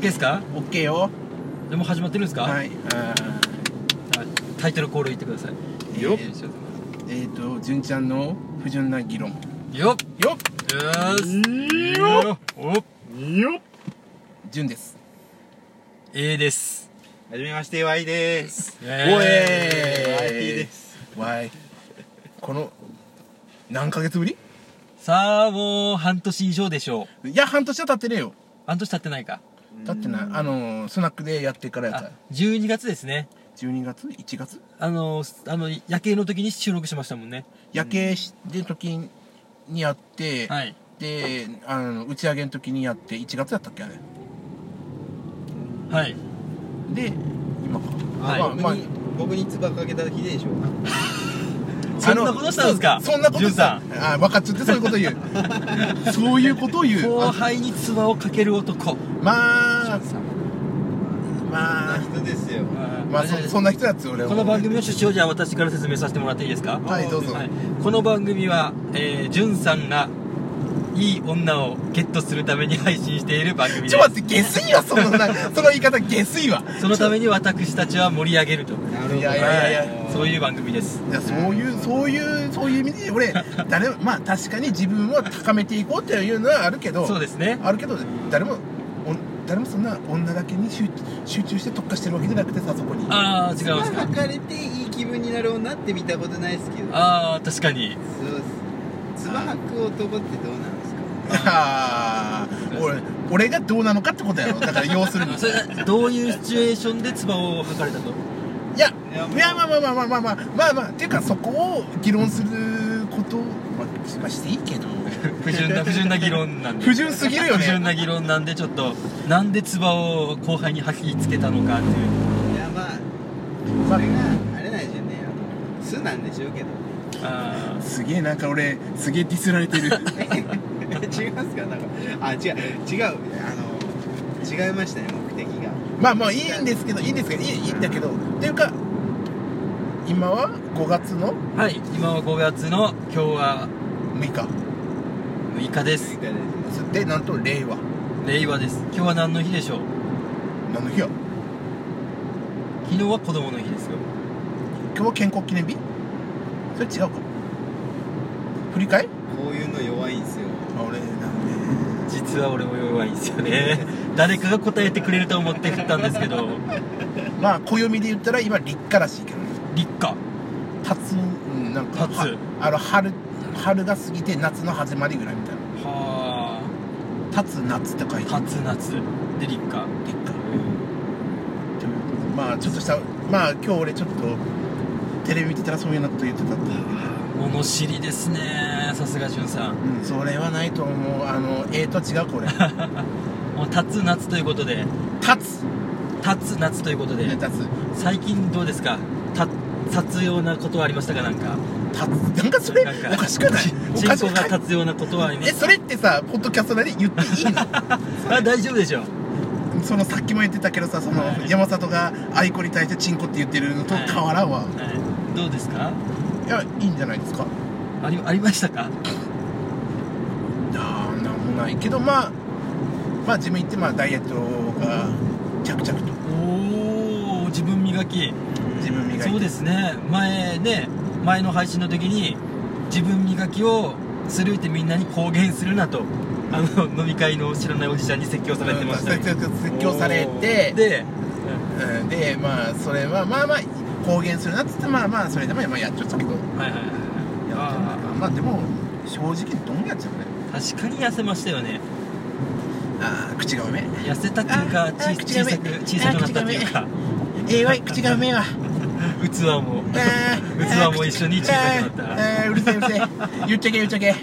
ですかオッケーよでもう始まってるんですか、はいああタイトルコール言ってくださいよっえーーえっ、と純ちゃんの不純な議論よっよよーしよおっよっ純ですえーですはじめまして、ワイです。おおワイえです。ーわいこの何ヶ月ぶりさあもう半年以上でしょういや半年は経ってねえよ半年経ってないか経ってないあのースナックでやってからやっあた12月ですね12月1月あのあの夜景の時に収録しましたもんね夜景しで時にやって、はいであの打ち上げの時にやって1月だったっけあれはいで今かはいまああま僕あに、僕に唾かけた日でしょうか。そんなことしたんですかそんなこと潤さんあ分かっちゃってそういうこと言 うそういうことを言んう後あ輩に唾をかける男まあまなあ人ですよ。まあそそんな人やつ俺はこの番組の主張をじゃあ私から説明させてもらっていいですかはいどうぞ、はい、この番組は、えー、じゅんさんがいい女をゲットするために配信している番組でちすょ待って下水わそのなその言い方下水わそのために私たちは盛り上げるとなるほど。いやいやいやはそういう番組ですいやそういうそういうそういう意味で俺誰もまあ確かに自分を高めていこうっていうのはあるけどそうですねあるけど誰もお誰もそんな女だけに集集中して特化してるわけじゃなくてさそこにああ違いますか唾かかれていい気分になろうなって見たことないですけど。そうああ確かにです。唾吐く男ってどうなんですかあー俺俺がどうなのかってことやろだから要するにいそれどういうシチュエーションで唾を吐かれたとやいやいやまあまあまあまあまあまあまあまあっていうかそこを議論することまあしまあしていいけど不純な不純な議論なんで不純すぎるよ不純ねな議論なんでちょっとなんで唾を後輩に吐きつけたのかっていういや、まあ、それが、あれないじゃねえよ。素なんでしょうけど。 あすげえなんか俺すげえディスられてる違いますかなんか。あ、違う、違う。あの、違いましたね、目的が。まあまあいいんですけどいいんですけどいいいいんだけどっていうか今は5月のーはい今は5月の今日は6日6日ですでなんと令和令和です今日は何の日でしょう何の日や昨日は子供の日ですよ今日は健康記念日それ違うか振り返りこういうの弱いんですよ。あ俺なん実は俺も弱いんですよ ね誰かが答えてくれると思って振ったんですけどでまあ暦で言ったら今立夏らしいけどね立夏立つうんなんか立つはあの春春が過ぎて夏の始まりぐらいみたいはな立つ夏って書いてあ初夏で立夏立夏ということでまあちょっとしたまあ今日俺ちょっとテレビ見てたらそういうようなこと言ってたって物知りですねさすがんさんうんそれはないと思うあのええとは違う これもう立つ夏ということで立つ立つ夏ということでね立つ最近どうですかた立つようなことはありましたかなんか立つなんかそれなんかおかしくないちおチンかしコくがない立つようなことはありまえすそれってさポッドキャスト内で言っていいの あ大丈夫でしょうそのさっきも言ってたけどさそのはい山里が愛子に対してチンコって言ってるのと変わらんわ、はいどうですかい、やいいんじゃないですかありありましたかあーなんもないけどまあまあ自分行ってまあダイエットが着々とおお自分磨き自分磨いてそうですね前ね前の配信の時に自分磨きをするってみんなに公言するなとあの飲み会の知らないおじちゃんに説教されてました、説教説教されてで,、でうん、でまあそれはまあまあ公言するなっつってまあまあそれでもまあやっちゃったけどやってはいはいはいなんかあまあでも正直どんやっちゃうねー確かに痩せましたよねああ口がうめえ痩せたっていうかあちあ口小がさくめ小さくなったっていうか ええわい口がうめえわ器もあー器も一緒に小さくなったあーあーうるせえうるせえ言っちゃけ言っちゃけ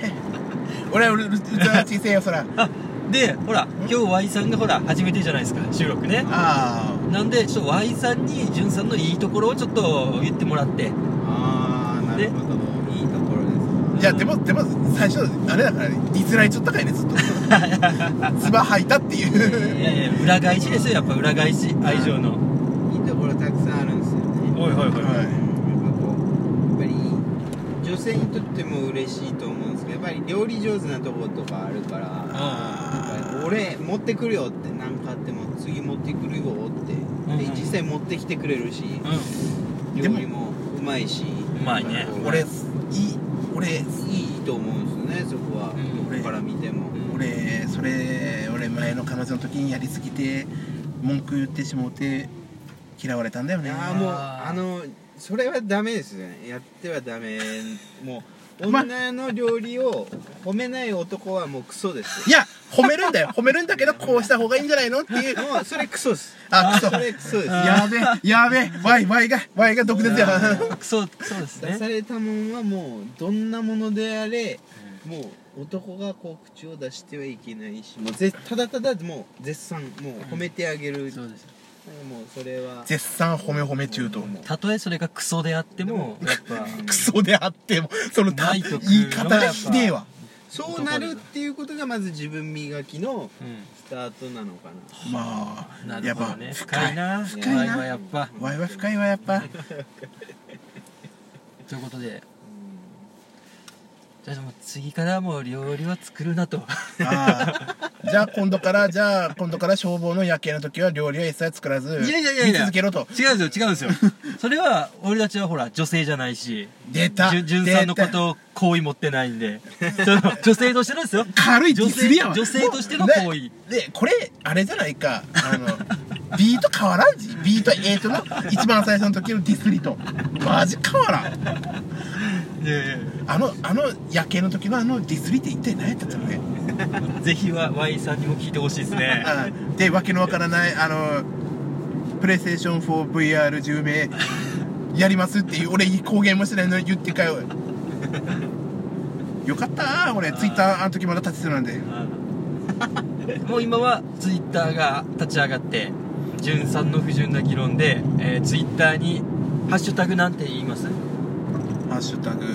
俺はうるうる器小せえよそらあでほら今日 Y さんがほら初めてじゃないですか収録ねあなんでちょっと Y さんにんさんのいいところをちょっと言ってもらってああ、なるほど。いいところですね。あいやでもでも最初あれだからねディスられちゃったからねずっと唾吐いたっていいうやいや裏返しですよやっぱ裏返し愛情のいいところたくさんあるんですよねいははいいなんかこうやっぱり女性にとっても嬉しいと思うんですけどやっぱり料理上手なところとかあるからやっぱり俺持ってくるよって何かあっても次持ってくるよって、んうんで実際持ってきてくれるし、ん料理もうまいしうまいねなんかこう俺いいい俺いと思うんですよねそこは、うん僕から見ても、俺それ俺前の彼女の時にやりすぎて文句言ってしもうて嫌われたんだよいねやーもうあのそれはダメですねやってはダメもうま女の料理を褒めない男はもうクソですいや褒めるんだよ褒めるんだけどこうした方がいいんじゃないのっていうもうそれクソですあクそソれクソですやべえやべえワイワイがワイが毒舌やあークソクソです出さねれたものはもうどんなものであれもう男がこう口を出してはいけないしもうぜただただもう絶賛もう褒めてあげる、そうですもうそれは絶賛褒め褒め中とたとえそれがクソであってもやっぱクソであってもそのな言いと食うい方がひでえわそうなるっていうことがまず自分磨きのうスタートなのかなまんあなやるっほぱどね深深いいな深いな深いわやっぱワイは深いわやっぱということでじゃあもう次からはもう料理は作るなとあ あじゃあ今度からじゃあ今度から消防の夜景の時は料理は一切作らずいやいやいやい見や続けろと 違うんですよ違うんですよ それは俺たちはほら女性じゃないし出たじゅんさんのことを好意持ってないんでその女性としてのですよ軽いディ女ス性りやわ女性としてのね行為でこれあれじゃないかあの ビート変わらんじビートエイトの一番最初の時のディスりとマジ変わらんいやいやいあのあの夜景の時のあのディスりって一体何やったんだろうねやぜひは Y さんにも聞いてほしいですね あーでわけのわからないあのプレイステーション 4VR10 名やりますっていう俺公言もしてないのに言ってかよよかったー俺あーツイッターあの時まだ立ちそうなんであーもう今はツイッターが立ち上がって潤さんの不純な議論で、えー、ツイッターに「ハッシュタグなんて言います?」ハッシュタグ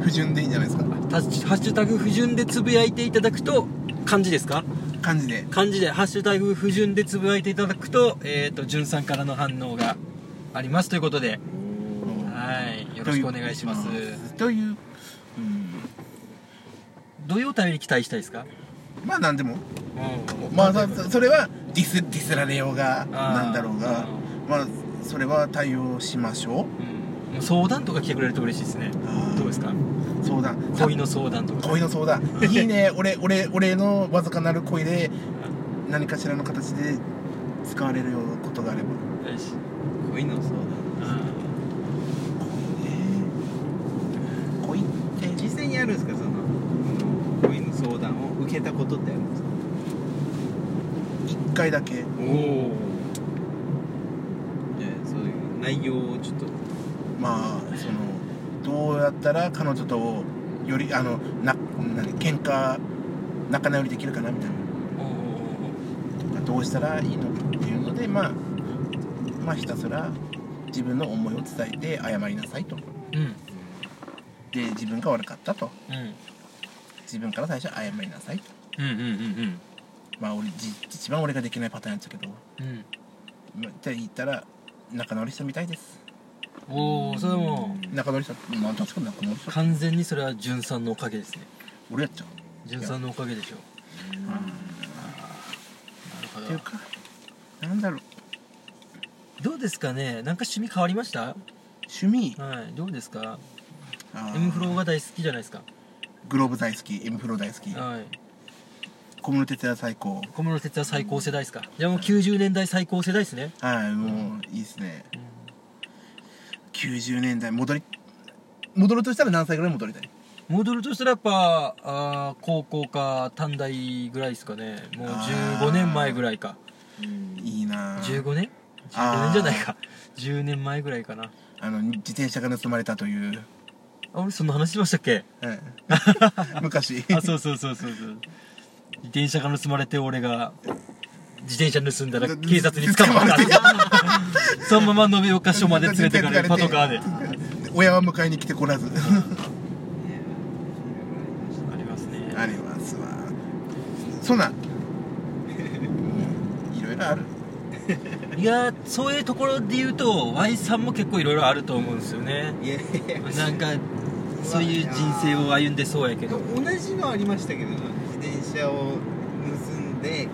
不純でいいんじゃないですかタッチハッシュタグ不純でつぶやいていただくと漢字ですか感じで漢字で「ハッシュタグ不純でつぶやいていただくと,、えー、と潤さんからの反応がありますということではいよろしくお願いしますという、うん、どういうお便り期待したいですか、まあ何でもまあそそれはディスディスられようがあーなんだろうがまあそれは対応しましょううんもう相談とか来てくれると嬉しいですねあーどうですか相談恋の相談とか恋の相談いいね俺俺俺のわずかなる恋で何かしらの形で使われるようなことがあればよし恋の相談うん恋ね恋って実際にあるんですかその恋の相談を受けたことってあるんですか一回だけおおじゃあそういう内容をちょっとまあそのどうやったら彼女とよりあのな何喧嘩仲直りできるかなみたいなどうしたらいいのっていうのでまあまあひたすら自分の思いを伝えて謝りなさいとうんで自分が悪かったとうん自分から最初謝りなさいとうんうんうんまあ俺じ一番俺ができないパターンやったけどうんうんまあじゃあ言ったら仲直りしたみたいですおおそれはも仲直りしたまあ確かに仲直りしうた完全にそれは潤さんのおかげですね俺やっちゃう潤さんのおかげでしょうっなているうほかなんだろうどどうですかねなんか趣味変わりました趣味はいどうですかあー M フローが大好きじゃないですかグローブ大好き M フロー大好きはい小室哲哉最高小室哲哉最高世代ですかじゃあもう90年代最高世代ですねはいもういいですね90年代戻り戻るとしたら何歳ぐらい戻りたい戻るとしたらやっぱあー高校か短大ぐらいですかねもうあー15年前ぐらいかいいなぁ15年15あー年じゃないか10年前ぐらいかなあの自転車が盗まれたという、あ俺そんな話しましたっけうん 昔あそうそうそうそうそう自転車が盗まれて俺が自転車盗んだら警察 に捕まった捕まそのまま延岡署まで連れてかれるパト カーで親は迎えに来てこらずありますねありますわそんなうんいろいろあるいやーそういうところで言うと Y さんも結構いろいろあると思うんですよねいやいやなんかそういう人生を歩んでそうやけど、うん、同じのありましたけどな自転車を盗んで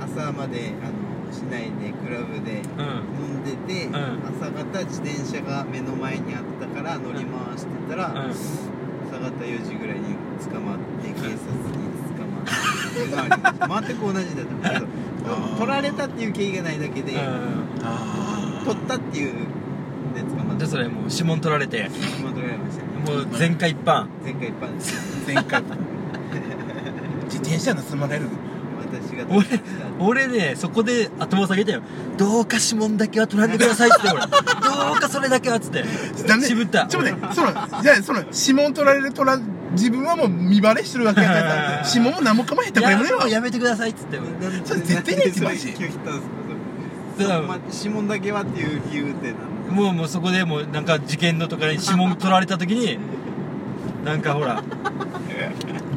朝まであの市内でクラブでうん飲んでて、うん朝方自転車が目の前にあったから乗り回してたら、うん朝方4時ぐらいに捕まって警察に捕まってっていうのはありま した全く同じだったけどあー取られたっていう経緯がないだけで、うんあ取ったっていうで捕まじってゃあそれもう指紋取られて今取られましたねもう全開一般前回一般です前回自転車盗まれる私が俺取りました俺ねそこで頭を下げたよどうか指紋だけは取られてくださいっ て俺どうかそれだけはっつってなんで渋ったちょっと待ってそのじゃあその指紋取られる取ら自分はもう見バレしてるわけやから 指紋も何もかも減ったいからややめろもうよやめてくださいっつって俺なんでそれ絶対にやつなんマでジそれ拒否したんですかそだれからま指紋だけはっていう理由ってなんだもうもうそこでもうなんか事件のとかに指紋取られた時になんかほら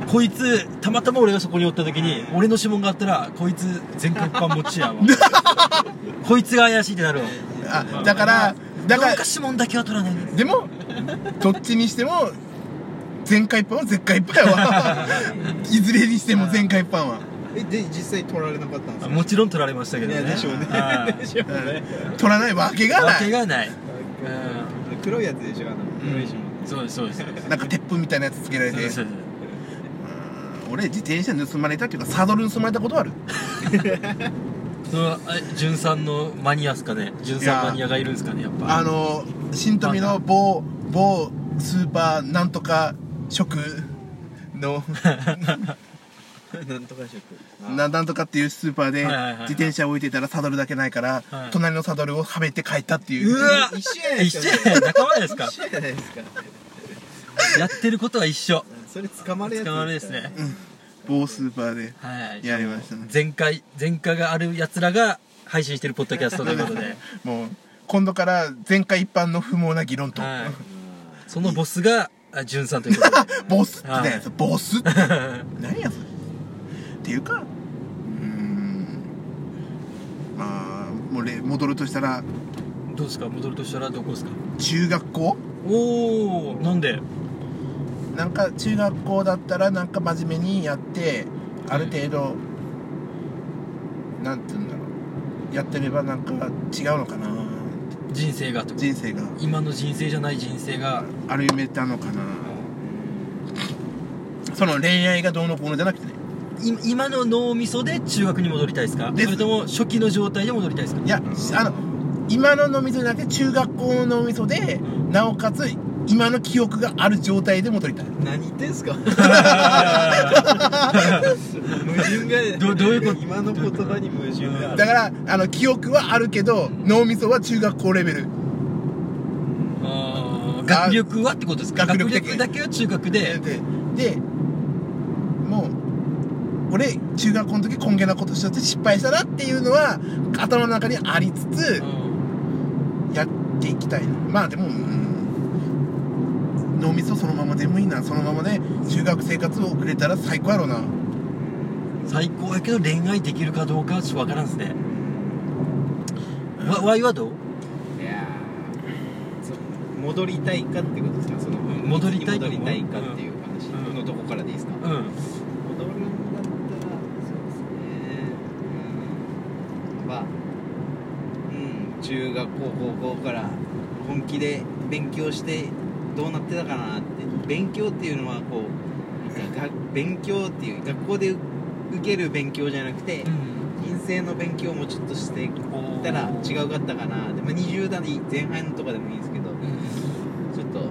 こいつたまたま俺がそこにおった時に俺の指紋があったらこいつ全国パン持ちやわこいつが怪しいってなるわあだからだかどらうか指紋だけは取らないででもどっちにしても全開パンは全開パンや わいずれにしても全開パンはえで実際取られなかったんですかもちろん取られましたけどねねでしょうねあー でしょうね取らないわけがわなけいがない黒いやつでしょあの黒い指紋そうですそうですそうですなんか鉄粉みたいなやつつけられそうてですそうですうん俺自転車盗まれたっていうかサドル盗まれたことあるそのあ潤さんのマニアっすかね潤さんマニアがいるんですかねやっぱあの新富の某某スーパーなんとか食 のなんとか食ななんとかっていうスーパーではいはいはいはい自転車置いてたらサドルだけないから、はい隣のサドルをはめて帰ったっていううわ一緒やない一です緒かや仲間ですか一緒じゃないですかやってることは一緒それ捕まるや捕つまるですね某スーパーではいやりましたね前回前科があるやつらが配信してるポッドキャストということでもう今度から全会一般の不毛な議論と、はいそのボスがあ潤さんということで ボスってね、はいボス って何やそれっていうかうーんまあもうれ戻るとしたらどうですか戻るとしたらどこですか中学校おおなんでなんか中学校だったらなんか真面目にやってある程度、なんて言うんだろうやってればなんか違うのかな人生がと人生が今の人生じゃない人生が歩めたのかなその恋愛がどうのこうのじゃなくてねい今の脳みそで中学に戻りたいですかですそれとも初期の状態で戻りたいですかいやあの今の脳みそじゃなくて中学校の脳みそでなおかつ今の記憶がある状態で戻りたい何言ってんすか矛盾がどどういうこと今の言葉に矛盾があだるからあの記憶はあるけど脳みそは中学校レベルあー学力はってことですか学力的だけは中学でででもう俺中学校の時こんげなことしちゃって失敗したなっていうのは頭の中にありつつうんやっていきたいなまあでもうん脳みそそのままでもいいなそのままで中学生活を送れたら最高やろうな最高やけど恋愛できるかどうかはちょっとわからんですねわわいはどういやーそう戻りたいかってことですかそのん戻りたいと戻思うりたいかっていう話うんのとこからでいいですか、うん戻るんだったらそうですねうんまあうん中学校高校から本気で勉強してどうなってたかなって勉強っていうのはこうが勉強っていう学校で受ける勉強じゃなくてうん人生の勉強もちょっとしていったら違うかったかなで、まあ、20代前半とかでもいいんですけどちょっとも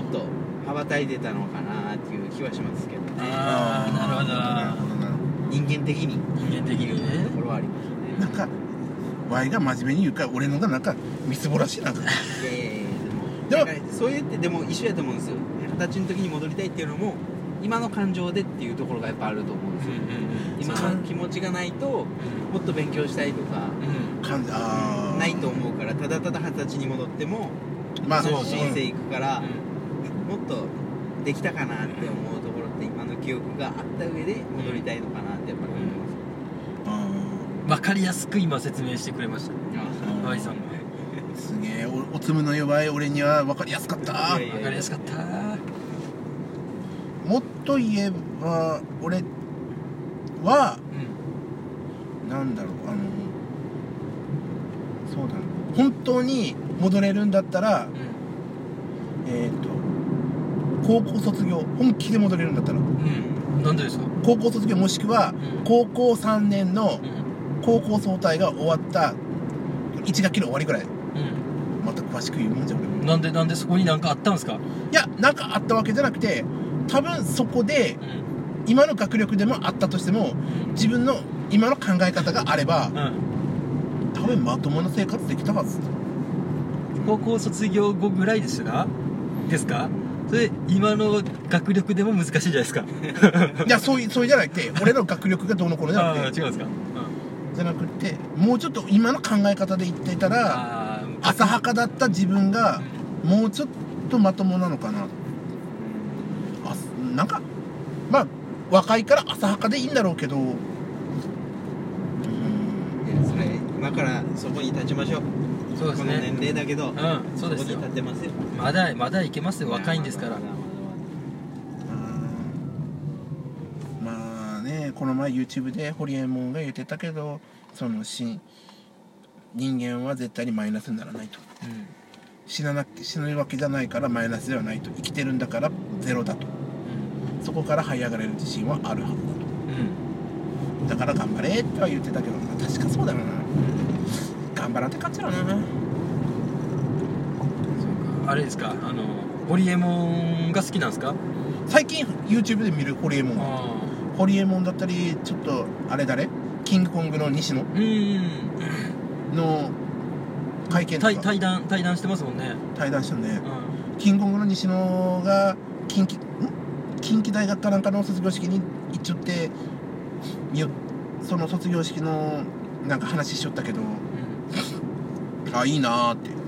っと羽ばたいてたのかなっていう気はしますけどねああなるほどなるほどな人間的に人間的にとねころはありまなすねんか Y が真面目に言うから俺のがなんかみすぼらしいなんかいやいやいやででももなんかそういうってでも一緒やと思うんですよ二十歳の時に戻りたいっていうのも今の感情でっていうところがやっぱあると思うんですよ今そうの気持ちがないともっと勉強したいとかうん感じああないと思うからただただ二十歳に戻ってもまあ同そうじ人生いくからもっとできたかなって思うところって今の記憶があった上で戻りたいのかなってやっぱり思いますあわかりやすく今説明してくれましたうんワイさんもーすげえおおつむの弱い俺には分かりやすかったいやいやわかりやすかったといえば俺はうんなんだろうあのそうだな本当に戻れるんだったらえっ、と高校卒業本気で戻れるんだったらうんうんなんでですか高校卒業もしくはん高校3年のうん高校総体が終わった1学期の終わりぐらいまた詳しく言うもんじゃ俺もうんなんでなんでそこになんかあったんですかいやなんかあったわけじゃなくて多分そこでうん今の学力でもあったとしても自分の今の考え方があればうん多分まともな生活できたはず高校卒業後ぐらいですかですかそれ今の学力でも難しいじゃないですかいやそういうそういうじゃなくて俺の学力がどうのこうのじゃあなあ違くうんてですかじゃなくてもうちょっと今の考え方で言ってたらああ浅はかだった自分がもうちょっとまともなのかなあなんかまあ若いから浅はかでいいんだろうけどうんいやそれ今からそこに立ちましょうそうですねこの年齢だけど、うんそうですこよに立てますよまだまだいけますよ若いんですからまだまだまだまあねこの前 YouTube でホリエモンが言ってたけどそのし人間は絶対にマイナスにならないとうん死なな死ぬわけじゃないからマイナスではないと生きてるんだからゼロだとそこから這い上がれる自信はあるはずうんだとだから頑張れとは言ってたけどな確かそうだよな頑張らんって勝ちだなそうかあれですかあのホリエモンが好きなんですか最近 YouTube で見るホリエモンはあホリエモンだったりちょっとあれ誰キングコングの西野あうんの会見と対か対談対談してますもんね対談したんで、うんキングコングの西野が近畿ん近畿大学かなんかの卒業式に行っちゃってよその卒業式のなんか話しちゃったけどあいいなーって